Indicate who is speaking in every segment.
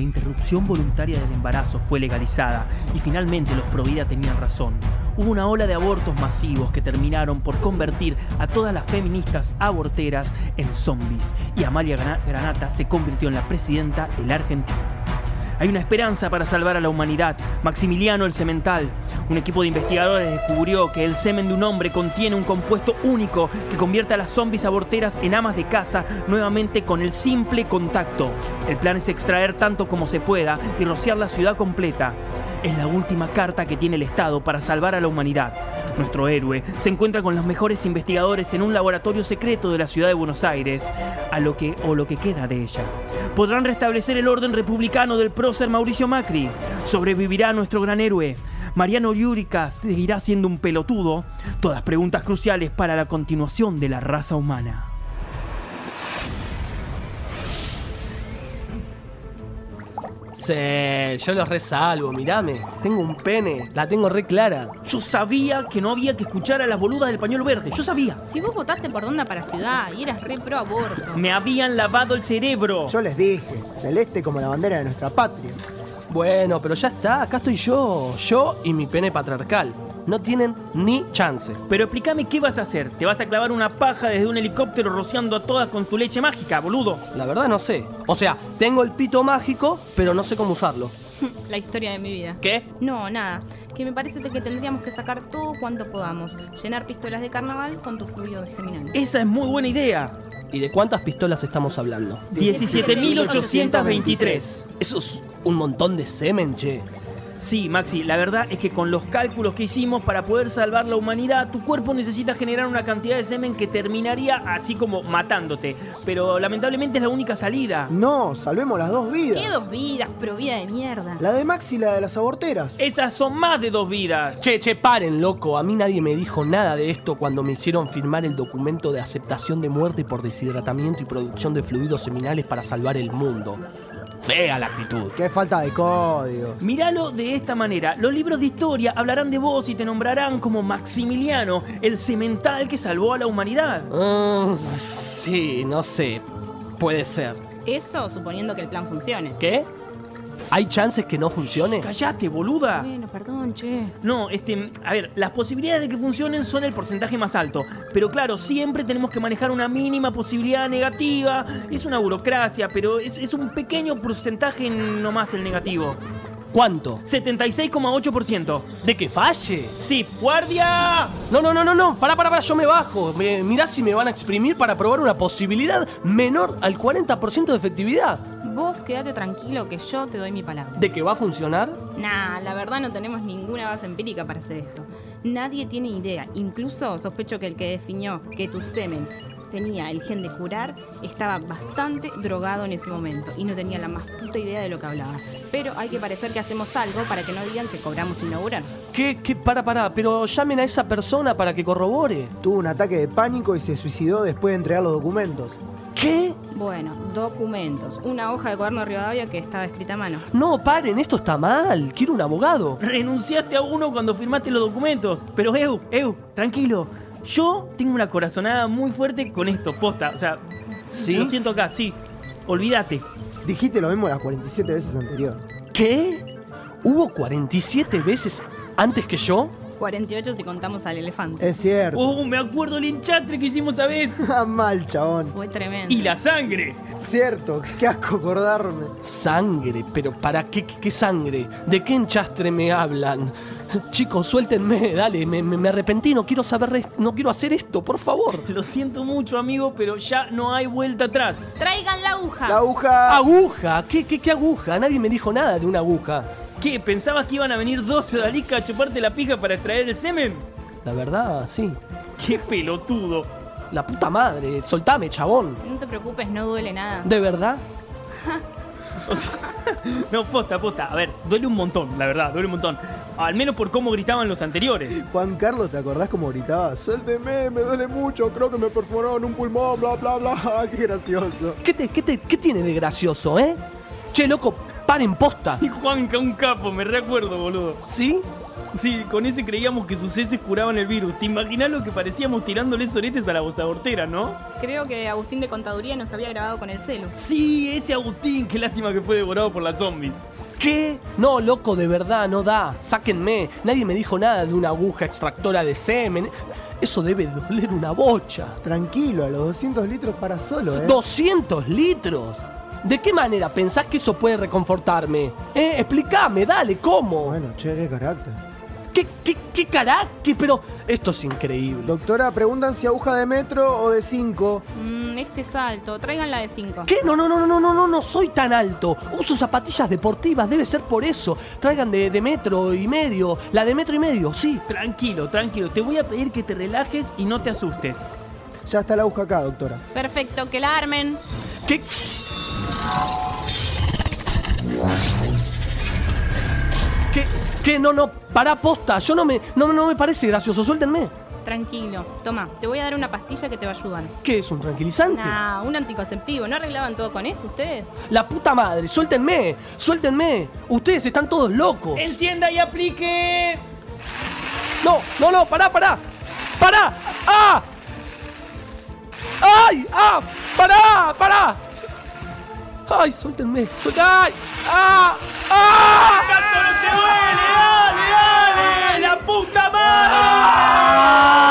Speaker 1: interrupción voluntaria del embarazo fue legalizada y finalmente los Provida tenían razón. Hubo una ola de abortos masivos que terminaron por convertir a todas las feministas aborteras en zombies y Amalia Granata se convirtió en la presidenta de la Argentina. Hay una esperanza para salvar a la humanidad. Maximiliano el Cemental. Un equipo de investigadores descubrió que el semen de un hombre contiene un compuesto único que convierte a las zombis aborteras en amas de casa nuevamente con el simple contacto. El plan es extraer tanto como se pueda y rociar la ciudad completa. Es la última carta que tiene el Estado para salvar a la humanidad. Nuestro héroe se encuentra con los mejores investigadores en un laboratorio secreto de la ciudad de Buenos Aires, a lo que o lo que queda de ella. Podrán restablecer el orden republicano del prócer Mauricio Macri. Sobrevivirá nuestro gran héroe. Mariano Yurika seguirá siendo un pelotudo. Todas preguntas cruciales para la continuación de la raza humana.
Speaker 2: Sí, yo los resalvo, mirame. Tengo un pene, la tengo re clara.
Speaker 1: Yo sabía que no había que escuchar a las boludas del pañuelo verde. Yo sabía.
Speaker 3: Si vos votaste por Ronda para Ciudad y eras re pro aborto.
Speaker 1: Me habían lavado el cerebro.
Speaker 4: Yo les dije, celeste como la bandera de nuestra patria.
Speaker 2: Bueno, pero ya está, acá estoy yo. Yo y mi pene patriarcal. No tienen ni chance.
Speaker 1: Pero explícame qué vas a hacer. ¿Te vas a clavar una paja desde un helicóptero rociando a todas con tu leche mágica, boludo?
Speaker 2: La verdad no sé. O sea, tengo el pito mágico, pero no sé cómo usarlo.
Speaker 3: La historia de mi vida.
Speaker 1: ¿Qué?
Speaker 3: No, nada. Que me parece que tendríamos que sacar todo cuanto podamos. Llenar pistolas de carnaval con tu fluido seminal.
Speaker 1: Esa es muy buena idea.
Speaker 2: ¿Y de cuántas pistolas estamos hablando?
Speaker 1: 17.823.
Speaker 2: Eso es un montón de semen, che.
Speaker 1: Sí, Maxi, la verdad es que con los cálculos que hicimos para poder salvar la humanidad, tu cuerpo necesita generar una cantidad de semen que terminaría así como matándote. Pero lamentablemente es la única salida.
Speaker 4: No, salvemos las dos
Speaker 3: ¿Qué
Speaker 4: vidas.
Speaker 3: dos vidas, pro vida de mierda?
Speaker 4: La de Max y la de las aborteras.
Speaker 1: Esas son más de dos vidas.
Speaker 2: Che, che, paren, loco. A mí nadie me dijo nada de esto cuando me hicieron firmar el documento de aceptación de muerte por deshidratamiento y producción de fluidos seminales para salvar el mundo. Fea la actitud.
Speaker 4: Qué falta de código.
Speaker 1: Míralo de esta manera. Los libros de historia hablarán de vos y te nombrarán como Maximiliano, el semental que salvó a la humanidad.
Speaker 2: Mm, sí, no sé. Puede ser.
Speaker 3: Eso suponiendo que el plan funcione.
Speaker 2: ¿Qué? ¿Hay chances que no funcione?
Speaker 1: Callate, boluda.
Speaker 3: Bueno, perdón, che.
Speaker 1: No, este, a ver, las posibilidades de que funcionen son el porcentaje más alto. Pero claro, siempre tenemos que manejar una mínima posibilidad negativa. Es una burocracia, pero es, es un pequeño porcentaje nomás el negativo.
Speaker 2: ¿Cuánto?
Speaker 1: 76,8%.
Speaker 2: ¿De que falle?
Speaker 1: Sí, guardia.
Speaker 2: No, no, no, no, no. Pará, pará, pará, yo me bajo. Me, mirá si me van a exprimir para probar una posibilidad menor al 40% de efectividad.
Speaker 3: Vos quedate tranquilo que yo te doy mi palabra.
Speaker 2: ¿De que va a funcionar?
Speaker 3: Nah, la verdad no tenemos ninguna base empírica para hacer esto. Nadie tiene idea. Incluso sospecho que el que definió que tu semen tenía el gen de curar estaba bastante drogado en ese momento y no tenía la más puta idea de lo que hablaba. Pero hay que parecer que hacemos algo para que no digan que cobramos sin laburar.
Speaker 2: ¿Qué, qué? Pará, pará. Pero llamen a esa persona para que corrobore.
Speaker 4: Tuvo un ataque de pánico y se suicidó después de entregar los documentos.
Speaker 2: ¿Qué?
Speaker 3: Bueno, documentos. Una hoja de cuaderno de Rivadavia que estaba escrita a mano.
Speaker 2: No, paren, esto está mal. Quiero un abogado.
Speaker 1: Renunciaste a uno cuando firmaste los documentos. Pero Eu, Eu, tranquilo. Yo tengo una corazonada muy fuerte con esto, posta. O sea,
Speaker 2: ¿Sí?
Speaker 1: lo siento acá, sí. Olvídate.
Speaker 4: Dijiste lo mismo las 47 veces anterior.
Speaker 2: ¿Qué? ¿Hubo 47 veces antes que yo?
Speaker 3: 48 si contamos al elefante.
Speaker 4: Es cierto.
Speaker 1: Oh, me acuerdo el hinchatre que hicimos a vez.
Speaker 4: Ah, mal, chabón.
Speaker 3: Fue tremendo.
Speaker 1: Y la sangre.
Speaker 4: Cierto, qué asco acordarme.
Speaker 2: Sangre, pero ¿para qué, qué, qué sangre? ¿De qué enchastre me hablan? Chicos, suéltenme, dale, me, me- me arrepentí, no quiero saber, es- no quiero hacer esto, por favor.
Speaker 1: Lo siento mucho, amigo, pero ya no hay vuelta atrás.
Speaker 3: ¡Traigan la aguja!
Speaker 4: La aguja.
Speaker 2: Aguja, ¿qué, qué, qué aguja? Nadie me dijo nada de una aguja.
Speaker 1: ¿Qué? ¿Pensabas que iban a venir dos sodaliscas a chuparte la pija para extraer el semen?
Speaker 2: La verdad, sí.
Speaker 1: ¡Qué pelotudo!
Speaker 2: La puta madre, soltame, chabón.
Speaker 3: No te preocupes, no duele nada.
Speaker 2: ¿De verdad?
Speaker 1: O sea, no, posta, posta. A ver, duele un montón, la verdad, duele un montón. Al menos por cómo gritaban los anteriores.
Speaker 4: Juan Carlos, ¿te acordás cómo gritaba? Suélteme, me duele mucho, creo que me perforaron un pulmón, bla, bla, bla. Qué gracioso.
Speaker 2: ¿Qué, te, qué, te- qué tiene de gracioso, eh? Che, loco, paren posta.
Speaker 1: Y Juanca, un capo, me recuerdo, boludo.
Speaker 2: ¿Sí?
Speaker 1: Sí, con ese creíamos que sus heces curaban el virus. ¿Te imaginas lo que parecíamos tirándole soretes a la bozadortera, no?
Speaker 3: Creo que Agustín de Contaduría nos había grabado con el celu.
Speaker 1: Sí, ese Agustín, qué lástima que fue devorado por las zombies. ¿Qué?
Speaker 2: No, loco, de verdad, no da. Sáquenme. Nadie me dijo nada de una aguja extractora de semen. Eso debe doler una bocha.
Speaker 4: Tranquilo, a los 200 litros para solo, ¿eh?
Speaker 2: ¡200 litros! ¿De qué manera pensás que eso puede reconfortarme? Eh, explícame, dale, ¿cómo?
Speaker 4: Bueno, che, qué carácter.
Speaker 2: ¿Qué, qué, qué carácter? Pero esto es increíble.
Speaker 4: Doctora, preguntan si aguja de metro o de 5.
Speaker 3: Mm, este es alto, traigan la de 5.
Speaker 2: ¿Qué? No, no, no, no, no, no, no, no soy tan alto. Uso zapatillas deportivas, debe ser por eso. Traigan de, de metro y medio, la de metro y medio, sí.
Speaker 1: Tranquilo, tranquilo. Te voy a pedir que te relajes y no te asustes.
Speaker 4: Ya está la aguja acá, doctora.
Speaker 3: Perfecto, que la armen.
Speaker 2: ¿Qué? ¿Qué? ¿Qué? No, no, pará posta. Yo no me, no, no me parece gracioso, suéltenme.
Speaker 3: Tranquilo, toma, te voy a dar una pastilla que te va a ayudar.
Speaker 2: ¿Qué es un tranquilizante?
Speaker 3: Nah, un anticonceptivo, ¿no arreglaban todo con eso ustedes?
Speaker 2: La puta madre, suéltenme, suéltenme. Ustedes están todos locos.
Speaker 1: Encienda y aplique.
Speaker 2: No, no, no, pará, pará. Pará. ¡Ah! ¡Ay! ¡Ah! ¡Pará! ¡Pará! ¡Ay, suéltenme! suel- ¡Ay! ¡Ah! ¡Ah!
Speaker 1: ¡Dale, dale! ¡La puta madre!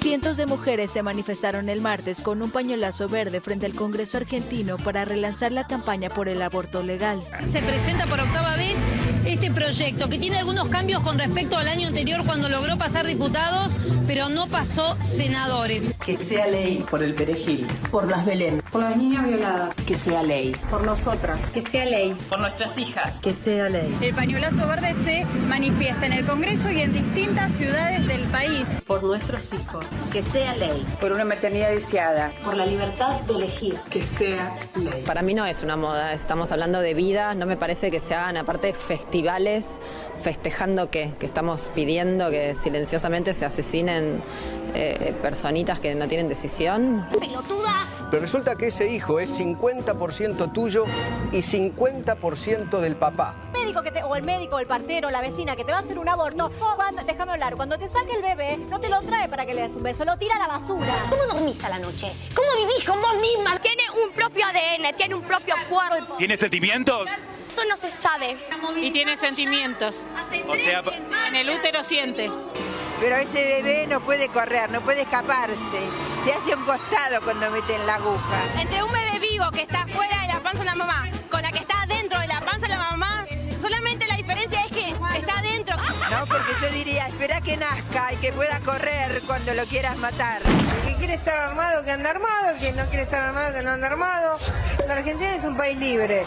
Speaker 5: Cientos de mujeres se manifestaron el martes con un pañolazo verde frente al Congreso argentino para relanzar la campaña por el aborto legal.
Speaker 6: Se presenta por octava vez este proyecto, que tiene algunos cambios con respecto al año anterior cuando logró pasar diputados, pero no pasó senadores.
Speaker 7: Que sea ley. Por el perejil. Por las Belén.
Speaker 8: Por las niñas violadas.
Speaker 7: Que sea ley.
Speaker 8: Por nosotras. Que sea ley.
Speaker 7: Por nuestras hijas. Que sea ley.
Speaker 9: El pañuelazo verde se manifiesta en el Congreso y en distintas ciudades del país.
Speaker 7: Por nuestros hijos.
Speaker 8: Que sea ley.
Speaker 7: Por una maternidad deseada.
Speaker 8: Por la libertad de elegir.
Speaker 7: Que sea ley.
Speaker 10: Para mí no es una moda, estamos hablando de vida, no me parece que se hagan aparte festivales festejando que, que estamos pidiendo que silenciosamente se asesinen eh, personitas que no tienen decisión.
Speaker 11: Pero resulta que ese hijo es 50% tuyo y 50% del papá.
Speaker 12: médico que te- o el médico, o el partero, la vecina que te va a hacer un aborto, cuando, déjame hablar, cuando te saque el bebé, no te lo trae para que le des un beso, lo tira a la basura. ¿Cómo dormís a la noche? ¿Cómo vivís con vos misma?
Speaker 13: Tiene un propio ADN, tiene un propio cuerpo.
Speaker 14: ¿Tiene sentimientos?
Speaker 13: Eso no se sabe.
Speaker 15: Y tiene sentimientos.
Speaker 14: O sea,
Speaker 15: En el útero siente.
Speaker 16: Pero ese bebé no puede correr, no puede escaparse. Se hace un costado cuando meten la aguja.
Speaker 17: Entre un bebé vivo que está fuera de la panza de la mamá con la que está dentro de la panza de la mamá, solamente la diferencia es que está dentro.
Speaker 16: No, porque yo diría, espera que nazca y que pueda correr cuando lo quieras matar.
Speaker 18: El que quiere estar armado, que anda armado. El que no quiere estar armado, que no anda armado. La Argentina es un país libre.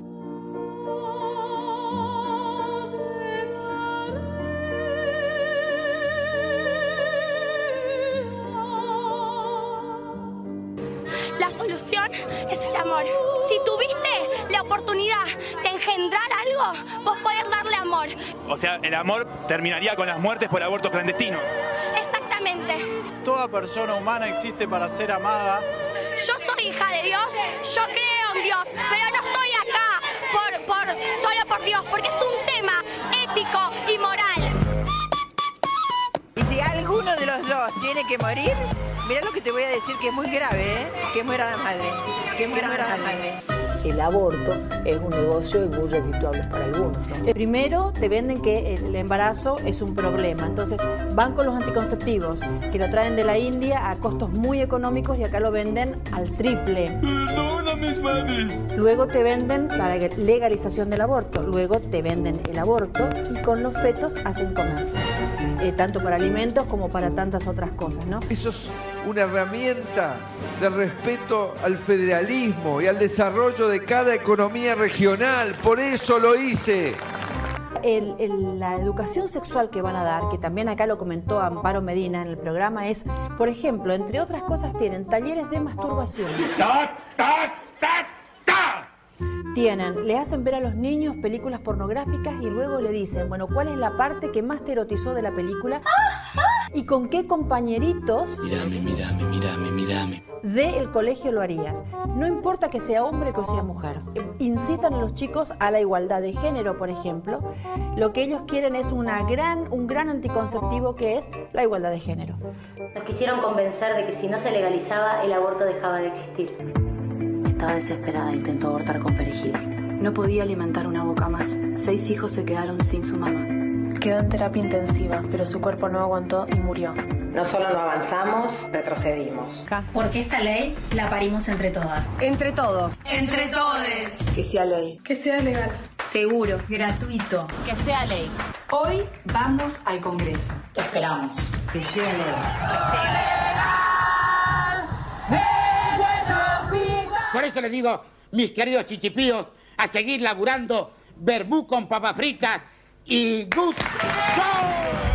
Speaker 13: La solución es el amor. Si tuviste la oportunidad de engendrar algo, vos podés darle amor.
Speaker 14: o sea, el amor terminaría con las muertes por abortos clandestinos.
Speaker 13: Exactamente.
Speaker 19: Toda persona humana existe para ser amada.
Speaker 13: Yo soy hija de Dios, yo creo en Dios, pero no estoy acá por, por, solo por Dios, porque es un tema ético y moral.
Speaker 16: Y si alguno de los dos tiene que morir, mirá lo que te voy a decir que es muy grave, ¿eh? Que muera la madre. Que muera la madre.
Speaker 20: El aborto es un negocio y muy redituable para algunos.
Speaker 21: Eh, Primero te venden que el embarazo es un problema, entonces van con los anticonceptivos que lo traen de la India a costos muy económicos y acá lo venden al triple.
Speaker 22: Perdona mis madres.
Speaker 21: Luego te venden la legalización del aborto, luego te venden el aborto y con los fetos hacen comercio, eh, tanto para alimentos como para tantas otras cosas, ¿no?
Speaker 23: Eso es una herramienta de respeto al federalismo y al desarrollo de cada economía regional. Por eso lo hice.
Speaker 21: El- el- la educación sexual que van a dar, que también acá lo comentó Amparo Medina en el programa, es, por ejemplo, entre otras cosas tienen talleres de masturbación. tienen, les hacen ver a los niños películas pornográficas y luego le dicen, bueno, ¿cuál es la parte que más te erotizó de la película? ¿Y con qué compañeritos
Speaker 22: Mírame, mírame, mírame, mírame.
Speaker 21: del colegio lo harías? No importa que sea hombre que sea mujer. Incitan a los chicos a la igualdad de género, por ejemplo. Lo que ellos quieren es una gran, un gran anticonceptivo que es la igualdad de género.
Speaker 2: Nos quisieron convencer de que si no se legalizaba, el aborto dejaba de existir.
Speaker 3: Estaba desesperada, intentó abortar con perejil. No podía alimentar una boca más. Seis hijos se quedaron sin su mamá. Quedó en terapia intensiva, pero su cuerpo no aguantó y murió.
Speaker 4: No solo no avanzamos, retrocedimos.
Speaker 24: Porque esta ley la parimos entre todas.
Speaker 4: Entre todos.
Speaker 24: Entre todos.
Speaker 4: Que sea ley.
Speaker 24: Que sea legal. Seguro.
Speaker 4: Gratuito.
Speaker 24: Que sea ley.
Speaker 4: Hoy vamos al Congreso.
Speaker 24: Te esperamos.
Speaker 4: Que sea ley.
Speaker 25: Por eso les digo, mis queridos chichipíos, a seguir laburando, verbú con papas fritas y good show.